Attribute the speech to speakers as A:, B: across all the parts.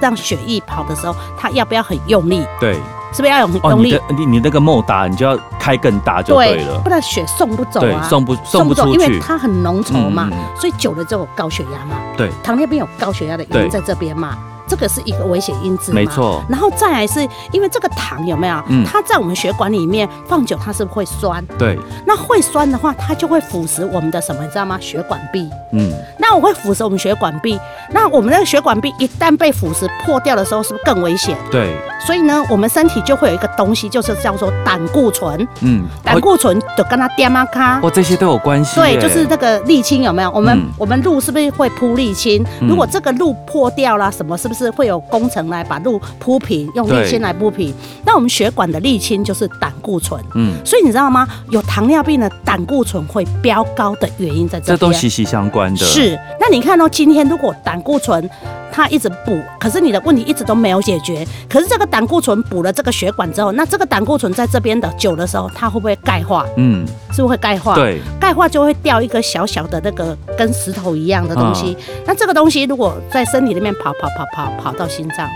A: 让血液跑的时候，他要不要很用力？
B: 对。
A: 是不是要很
B: 哦，
A: 用
B: 你
A: 力
B: 的？你你那个莫达，你就要开更大就对了。
A: 不然血送不走
B: 对，
A: 啊，
B: 送不送不出
A: 因为
B: 去，
A: 它很浓稠嘛
B: 嗯，嗯
A: 所以久了就有高血压嘛。
B: 对，
A: 糖尿病有高血压的原
B: 对
A: 因在这边嘛，这个是一个危险因子。
B: 没。错，
A: 然后再来是因为这个糖有没有？
B: 嗯
A: 它在我们血管里面放久，它是不是会酸？
B: 对，
A: 那会酸的话，它就会腐蚀我们的什么，你知道吗？血管壁。
B: 嗯，
A: 那我会腐蚀我们血管壁，那我们那个血管壁一旦被腐蚀破掉的时候，是不是更危险？
B: 对，
A: 所以呢，我们身体就会有一个东西，就是叫做胆固醇。
B: 嗯，
A: 胆固醇就跟它点啊卡
B: 哦，哇，这些都有关系耶。
A: 对，就是那个沥青有没有？我们、
B: 嗯
A: 我们路是不是会铺沥青？
B: 嗯
A: 如果这个路破掉了，什么是不是会有工程来把路铺平，用沥青来铺平？那我们血管的沥青就是胆固醇。
B: 嗯，
A: 所以你知道吗？有糖尿病的胆固醇会飙高的原因在这
B: 这
A: 边
B: 都。息息相关的。，
A: 是，那你看到今天如果胆固醇它一直补，可是你的问题一直都没有解决，可是这个胆固醇补了这个血管之后，那这个胆固醇在这边的久的时候，它会不会钙化？
B: 嗯，
A: 是不是会钙化？，
B: 对，
A: 钙化就会掉一个小小的那个跟石头一样的东西。
B: 嗯
A: 那这个东西如果在身体里面跑跑跑跑跑到心脏，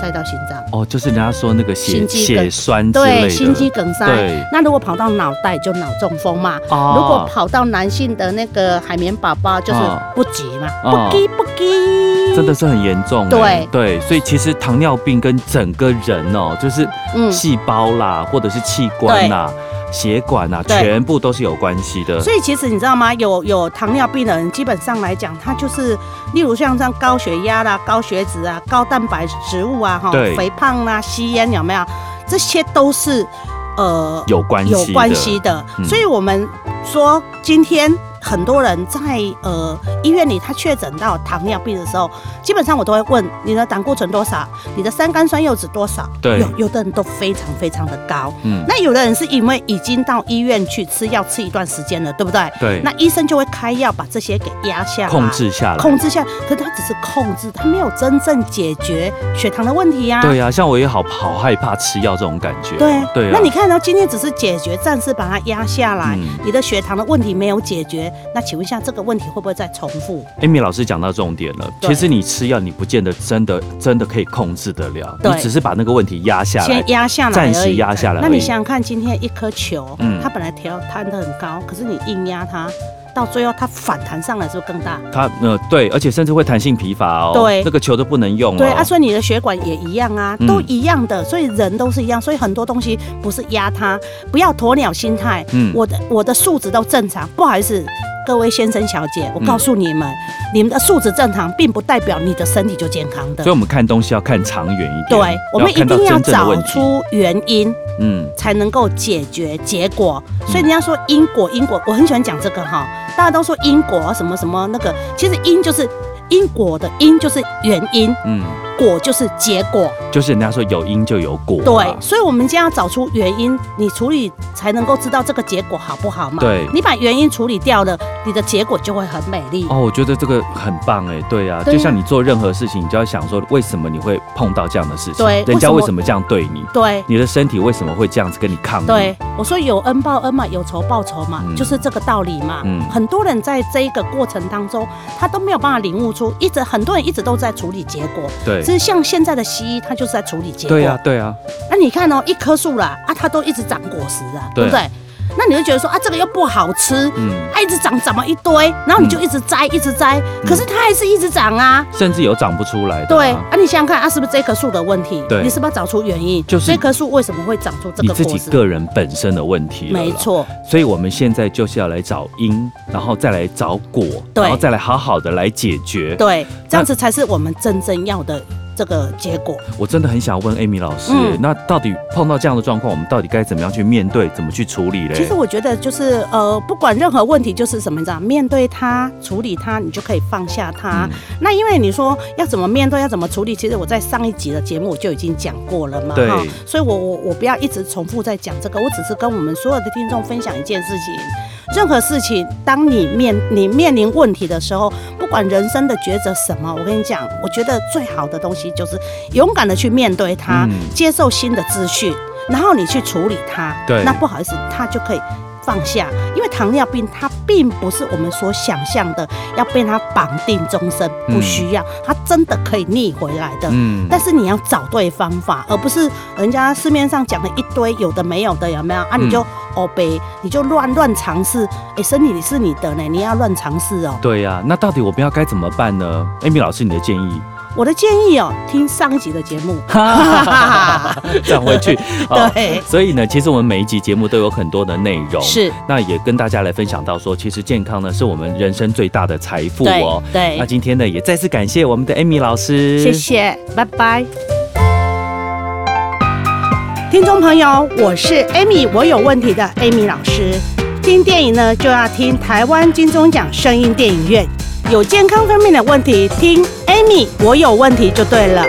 A: 塞到心脏，
B: 哦，就是人家说那个血
A: 心肌梗
B: 血栓之类
A: 对，
B: 的，
A: 心肌梗塞。
B: 对，
A: 那如果跑到脑袋就脑中风嘛。
B: 啊
A: 如果跑到男性的那个海绵宝宝就是
B: 啊
A: 不及嘛，
B: 啊
A: 不及不及，
B: 真的是很严重欸。对，所以其实糖尿病跟整个人哦，就是
A: 嗯
B: 细胞啦，或者是器官啦、血管啦，
A: 对
B: 全部都是有关系的。
A: 所以其实你知道吗？有有糖尿病的人，基本上来讲，他就是，例如像像高血压啦、高血脂啊、高蛋白食物啊、哈
B: 对、
A: 肥胖啦、吸烟有没有？这些都是呃
B: 有关系的
A: 有关系的。
B: 嗯
A: 所以我们说，今天很多人在呃医院里他确诊到糖尿病的时候，基本上我都会问你的胆固醇多少，你的三甘酸柚酯多少？
B: 对
A: 有有的人都非常非常的高。
B: 嗯，
A: 那有的人是因为已经到医院去吃药吃一段时间了，对不对？
B: 对，
A: 那医啊生就会开药把这些给压下来，
B: 控制下来。
A: 控制下，可他只是控制，他没有真正解决血糖的问题呀、
B: 对呀、啊像我也好好害怕吃药这种感觉。
A: 啊对
B: 对啊
A: 那你看到今天只是解决，暂时把它压下来，
B: 嗯
A: 你的血糖的问题没有解决，那请问一下这个问题会不会再重复？
B: Amy 老师讲到重点了，
A: 对
B: 其实你吃药，你不见得真的真的可以控制得了，你
A: 对
B: 只是把那个问题压下来
A: 先。压下来，
B: 啊暂时压下来而已
A: 那你想想看，今天一颗球，
B: 嗯
A: 它本来调弹得很高，可是你硬压它，到最后它反弹上来是不是更大？
B: 它呃对，而且甚至会弹性疲乏哦，
A: 对
B: 那个球都不能用了。哦
A: 对啊，所以你的血管也一样啊，
B: 嗯
A: 都一样的，所以人都是一样，所以很多东西不是压它，不要鸵鸟心态。
B: 嗯
A: 我的我的数值都正常，不好意思，各位先生小
B: 嗯
A: 姐，我告诉你们，你们的数值正常，并不代表你的身体就健康的
B: 所以。我们看东西要看长远一点，
A: 对，我们一
B: 看到
A: 定要
B: 真正的
A: 找
B: 问题，
A: 出原因，
B: 嗯，
A: 才能够解决结果。所以人家说因果，因果，我很喜欢讲这个哈。大家都说因果什么什么那个，其实因就是因果的因就是原因，
B: 嗯，
A: 果就是结果。
B: 就是人家说有因就有果嘛，
A: 对，所以我们今天要找出原因，你处理才能够知道这个结果好不好嘛？
B: 对
A: 你把原因处理掉了，你的结果就会很美丽。
B: 哦，我觉得这个很棒哎，对啊，
A: 对啊
B: 就像你做任何事情，你就要想说为什么你会碰到这样的事情，
A: 对
B: 人家
A: 为
B: 为
A: 什么
B: 什么这样对你，
A: 对
B: 你的身体为什么会这样子跟你抗议，
A: 对，我说有恩报恩嘛，有仇报仇嘛，
B: 嗯
A: 就是这个道理嘛。
B: 嗯
A: 很多人在这一个过程当中，他都没有办法领悟出，一直很多人一直都在处理结果。
B: 对
A: 其实像现在的西医，他就是在处理结果。
B: 对啊，对啊，
A: 那你看哦，一棵树啦，啊，它都一直长果实啊，对
B: 对
A: 不对？那你就觉得说啊，这个又不好吃，
B: 嗯。
A: 它一直长怎么一堆，然后你就一直摘，一直摘，可是它还是一直长啊。
B: 甚至有长不出来的、
A: 对啊，你想想看，啊，是不是这棵树的问题？
B: 对
A: 你是不是要找出原因？
B: 就是
A: 这棵树为什么会长出这
B: 你
A: 个
B: 自
A: 果
B: 己
A: 实？
B: 个人本身的问题了啦
A: 没，错，
B: 所以我们现在就是要来找因，然后再来找果，
A: 对
B: 然后再来好好的来解决。
A: 对，这样子才是我们真正要的这个结果。
B: 我真的很想问 Amy 老师，
A: 嗯
B: 那到底碰到这样的状况，我们到底该怎么样去面对，怎么去处理嘞？
A: 其实我觉得就是呃，不管任何问题，就是什么，你知道，面对它、处理它，你就可以放下它。
B: 嗯
A: 那因为你说要怎么面对，要怎么处理，其实我在上一集的节目我就已经讲过了嘛，
B: 对
A: 所以我我我不要一直重复在讲这个，我只是跟我们所有的听众分享一件事情。任何事情，当你面你面临问题的时候，不管人生的抉择什么，我跟你讲，我觉得最好的东西就是勇敢的去面对它，
B: 嗯
A: 接受新的资讯，然后你去处理它。
B: 对
A: 那不好意思，它就可以放下，因为糖尿病它并不是我们所想象的要被它绑定终身，
B: 嗯
A: 不需要，它真的可以逆回来的。
B: 嗯
A: 但是你要找对方法，而不是人家市面上讲的一堆有的没有的，有没有啊？
B: 嗯
A: 你就哦呗，你就乱乱尝试。哎、身体里是你的呢，你要乱尝试哦。
B: 对呀、那到底我们要该怎么办呢？Amy 老师，你的建 议，
A: 我的建议哦，听上一集的节目。
B: 转回去。哦
A: 对
B: 所以呢，其实我们每一集节目都有很多的内容，
A: 是，
B: 那也跟大家来分享到说，其实健康呢是我们人生最大的财富
A: 对
B: 哦。
A: 对
B: 那今天呢，也再次感谢我们的 Amy 老师，
A: 谢谢，拜拜。听众朋友，我是 Amy，我有问题的 Amy 老师。听电影呢，就要听台湾金钟奖声音电影院。有健康方面的问题，听 Amy，我有问题就对了。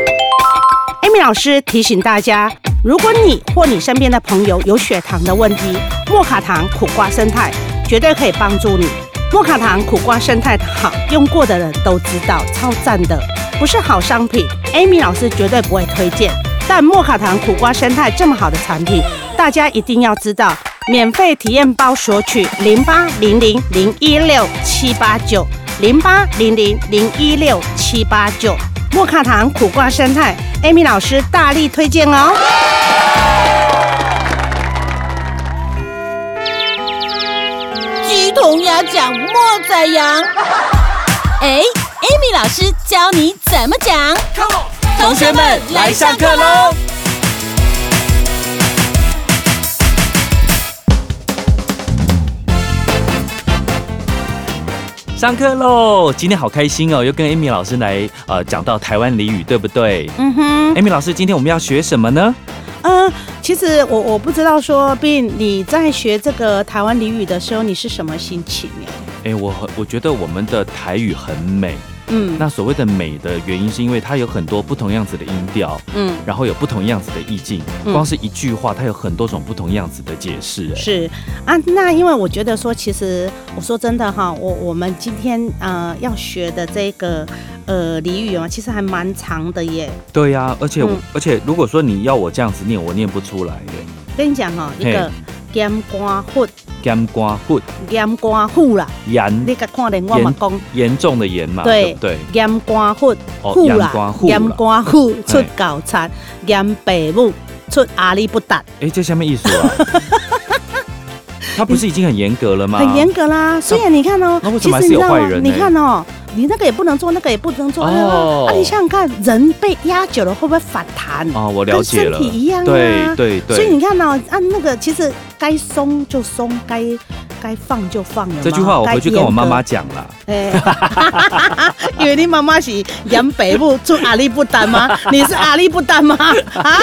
A: Amy 老师提醒大家，如果你或你身边的朋友有血糖的问题，莫卡糖苦瓜生态绝对可以帮助你。莫卡糖苦瓜生态好，用过的人都知道，超赞的，不是好商品，Amy 老师绝对不会推荐。但莫卡糖苦瓜生态这么好的产品，大家一定要知道。免费体验包索取零八零零零一六七八九零八零零零一六七八九莫卡糖苦瓜生态，Amy 老师大力推荐哦。
C: 鸡同鸭讲，莫宰羊。哎，Amy 老师教你怎么讲。同学们来上课喽！
B: 上课喽！今天好开心哦，又跟 Amy 老师来呃讲到台湾俚语，对不对、
A: 嗯哼，
B: a m y 老师，今天我们要学什么呢？
A: 嗯，其实我我不知道说，并你在学这个台湾俚语的时候，你是什么心情啊耶
B: 哎，我很我觉得我们的台语很美。
A: 嗯
B: 那所谓的美的原因，是因为它有很多不同样子的音调，
A: 嗯，
B: 然后有不同样子的意境。
A: 嗯
B: 光是一句话，它有很多种不同样子的解释。哎，
A: 是啊，那因为我觉得说，其实我说真的哈，我我们今天呃要学的这个呃俚语啊，其实还蛮长的耶。
B: 对呀、而且我、
A: 嗯
B: 而且如果说你要我这样子念，我念不出来耶。
A: 跟你讲哦哈，一个咸瓜糊，
B: 干瓜混
A: 咸瓜糊啦，
B: 盐
A: 你甲看连我嘛讲
B: 严重的盐嘛，
A: 对
B: 对不对？
A: 咸瓜糊
B: 哦
A: 糊
B: 盐瓜
A: 啦，
B: 糊啦
A: 咸瓜糊出搞餐，咸爸母出阿里不达，
B: 哎，这下面意思 啊，他不是已经很严格了吗？
A: 很严格啦。虽然你看哦
B: 那为，什
A: 其
B: 么
A: 实你知道
B: 还是有
A: 吗
B: 坏？人呢
A: 你看哦，你那个也不能做，那个也不能做，哎
B: 哦
A: 呦啊，你想想看，人被压久了会不会反弹？
B: 哦，我了解了，
A: 跟身体一样啊
B: 对对对，
A: 所以你看哦，啊，那个其实该松就松，该该放就放了。
B: 这句话我回去跟我妈妈
A: 该
B: 讲啦。
A: 严格。哎， 因为你妈妈是养北部住阿里不丹 吗？你是阿里不丹吗？啊，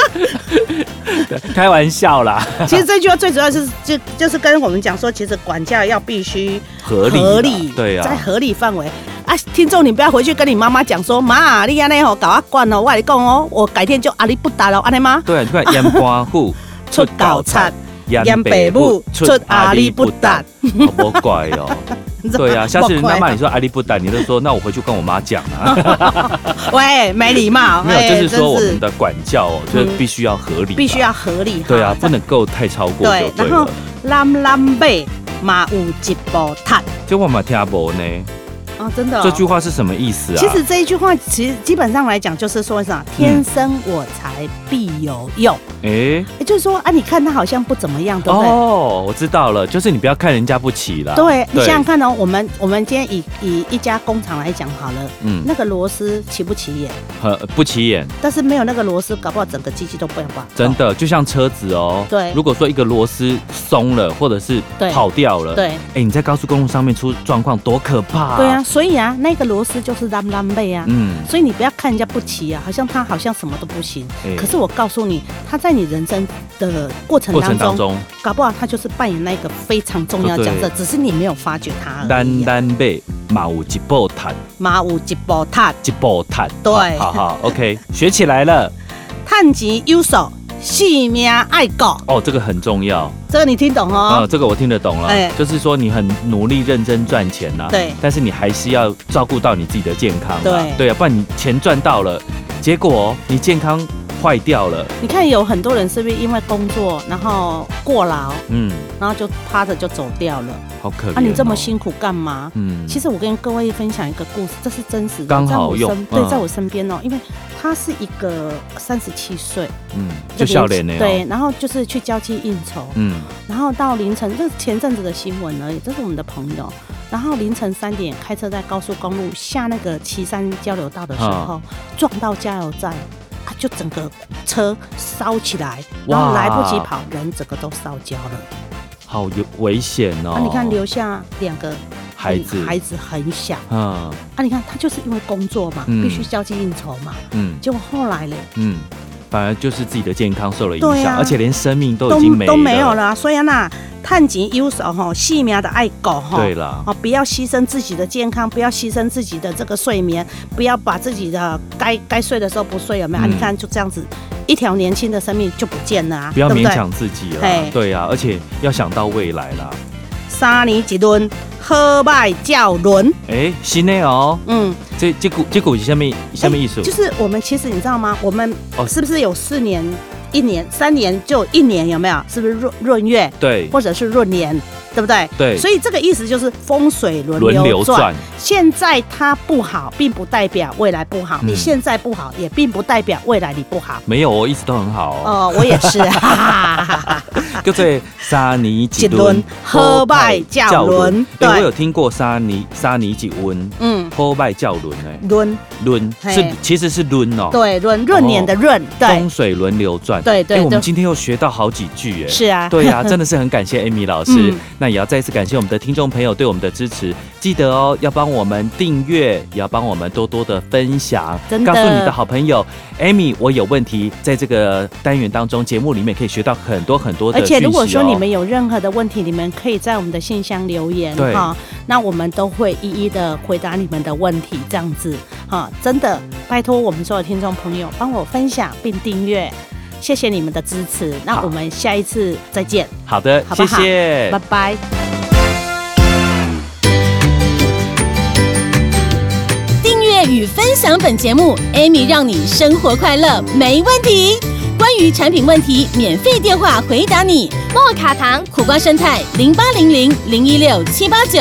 B: 开玩笑啦，
A: 其实这句话最主要是就就是跟我们讲说，其实管教要必须
B: 合理啦
A: 合理，
B: 对
A: 在
B: 啊，
A: 合理范围。啊，听众，你不要回去跟你妈妈讲说，妈，你安尼吼搞啊惯哦，我跟你讲哦，我改天就阿里不达了，安尼吗？
B: 对啊，你看盐瓜户
A: 出搞餐，
B: 盐北部出阿里不达，好不怪哦。 对啊，下次人家骂你说阿里不达，你就说那我回去跟我妈讲 啊。
A: 喂，没礼貌，
B: 没有，
A: 哎
B: 就是说我
A: 真
B: 们的管教哦，就是必须要合理，
A: 哎必须。要合理哈。
B: 对啊，不
A: 这
B: 能够太超过就
A: 对，
B: 对
A: 然后
B: 了。
A: 蓝蓝贝嘛有一波塔
B: 这我嘛听不呢？
A: 啊，真的哦、
B: 这句话是什么意思啊？
A: 其实这一句话，其实基本上来讲，就是说啥“天生我材必有用”，
B: 哎，
A: 也就是说啊，你看他好像不怎么样，对不对？
B: 哦，我知道了，就是你不要看人家不起啦。
A: 对你想想，看哦，我们我们今天以以一家工厂来讲好了，
B: 嗯，
A: 那个螺丝起不起眼，
B: 很不起眼，
A: 但是没有那个螺丝，搞不好整个机器都不要挂。
B: 真的，就像车子哦。
A: 对
B: 如果说一个螺丝松了，或者是
A: 对
B: 跑掉了，，
A: 对
B: 哎，你在高速公路上面出状况多可怕啊！
A: 对啊，，所以啊，那个螺丝就是蓝蓝贝啊，
B: 嗯，
A: 所以你不要看人家不起啊，好像他好像什么都不行。
B: 哎
A: 可是我告诉你，他在你人生的过程
B: 过
A: 当
B: 程当
A: 中，
B: 中，
A: 搞不好他就是扮演那个非常重要的角色，
B: 对
A: 只是你没有发觉他而
B: 单
A: 已、啊。
B: 单被马五一波弹，
A: 马有一波探，
B: 一波弹，
A: 对
B: 好好，OK，学起来了。
A: 探钱有手，性命爱国，
B: 哦，这个很重要
A: 这个你听懂
B: 啊，
A: 哦？
B: 这个我听得懂
A: 哎
B: 了，就是说你很努力认真赚钱呐，
A: 对
B: 但是你还是要照顾到你自己的健康啊，
A: 对
B: 对啊，不然你钱赚到了，结果你健康坏掉了，
A: 你看有很多人是不是因为工作然后过劳，
B: 嗯，
A: 然后就趴着就走掉了？
B: 好可怜。哦
A: 啊，你这么，辛苦干嘛？
B: 嗯，
A: 其实我跟各位分享一个故事，这是真实的，
B: 刚好
A: 在我
B: 用
A: 身对，
B: 嗯
A: 在我身边哦，因为他是一个三十七岁，
B: 嗯，就笑脸呢，
A: 对，，然后就是去交际应酬，
B: 嗯，
A: 然后到凌晨，这是前阵子的新闻而已，这是我们的朋友。然后凌晨三点开车在高速公路下那个岐山交流道的时候，撞到加油站，啊，就整个车烧起来，然后
B: 哇
A: 来不及跑，人整个都烧焦了。
B: 好有危险哦。
A: 啊，你看留下两个
B: 孩子，
A: 孩子很小
B: 嗯
A: 啊，你看他就是因为工作嘛，
B: 嗯
A: 必须交际应酬嘛。
B: 嗯
A: 结果后来嘞，
B: 嗯，反而就是自己的健康受了影
A: 对
B: 响，
A: 啊
B: 而且连生命都
A: 都
B: 已经没
A: 都没有。了啊，所以那趁钱有手吼，细命的爱狗吼。
B: 对啦，
A: 哦，不要牺牲自己的健康，不要牺牲自己的这个睡眠，不要把自己的该该睡的时候不睡，有没有？啊
B: 嗯
A: 你看就这样子，一条年轻的生命就不见了啊，
B: 不要
A: 对
B: 勉
A: 对？
B: 强自己
A: 嘿
B: 了。对啊，而且要想到未来啦。
A: 三年一轮，喝败叫轮，
B: 哎，新内哦，
A: 嗯，
B: 这这股这股是下面下面意思
A: 哎就是我们其实你知道吗？我们
B: 哦
A: 是不是有四年、一年、三年就有一年有没有？是不是闰闰月
B: 对
A: 或者是闰年，对不对？
B: 对，
A: 所以这个意思就是风水轮
B: 轮
A: 流
B: 流
A: 转
B: 转，，
A: 现在它不好，并不代表未来不好；
B: 嗯
A: 你现在不好，也并不代表未来你不好。
B: 没有哦，一直都很好哦。
A: 哦，我也 是，哈哈哈哈
B: 叫做沙尼几
A: 一轮
B: 轮，
A: 好歹叫轮 对
B: 哎，我有听过沙尼沙尼几温，
A: 嗯，
B: 破败叫轮哎，
A: 轮
B: 轮
A: 嘿
B: 是其实是轮哦，
A: 对轮闰年的闰，对
B: 风水轮流转。
A: 对
B: 哎，
A: 对
B: 我们
A: 对，
B: 今天又学到好几句哎。
A: 是啊，
B: 对呀、真的是很感谢 Amy 老师。
A: 嗯
B: 那也要再次感谢我们的听众朋友对我们的支持，记得哦，要帮我们订阅，也要帮我们多多的分享，
A: 真
B: 告
A: 的
B: 诉你的好朋友 Amy，我有问题，在这个单元当中，节目里面可以学到很多很多的
A: 而
B: 讯息、哦。
A: 且如果说你们有任何的问题，你们可以在我们的信箱留言
B: 对
A: 哈，那我们都会一一的回答你们的问题，这样子哈，真的拜托我们所有听众朋友帮我分享并订阅，谢谢你们的支持，那
B: 好
A: 我们下一次再见，
B: 好的，
A: 好不好
B: 谢谢，
A: 拜拜。
C: 订阅与分享本节目，Amy 让你生活快乐没问题。关于产品问题，免费电话回答你。莫卡糖苦瓜生态零八零零零一六七八九，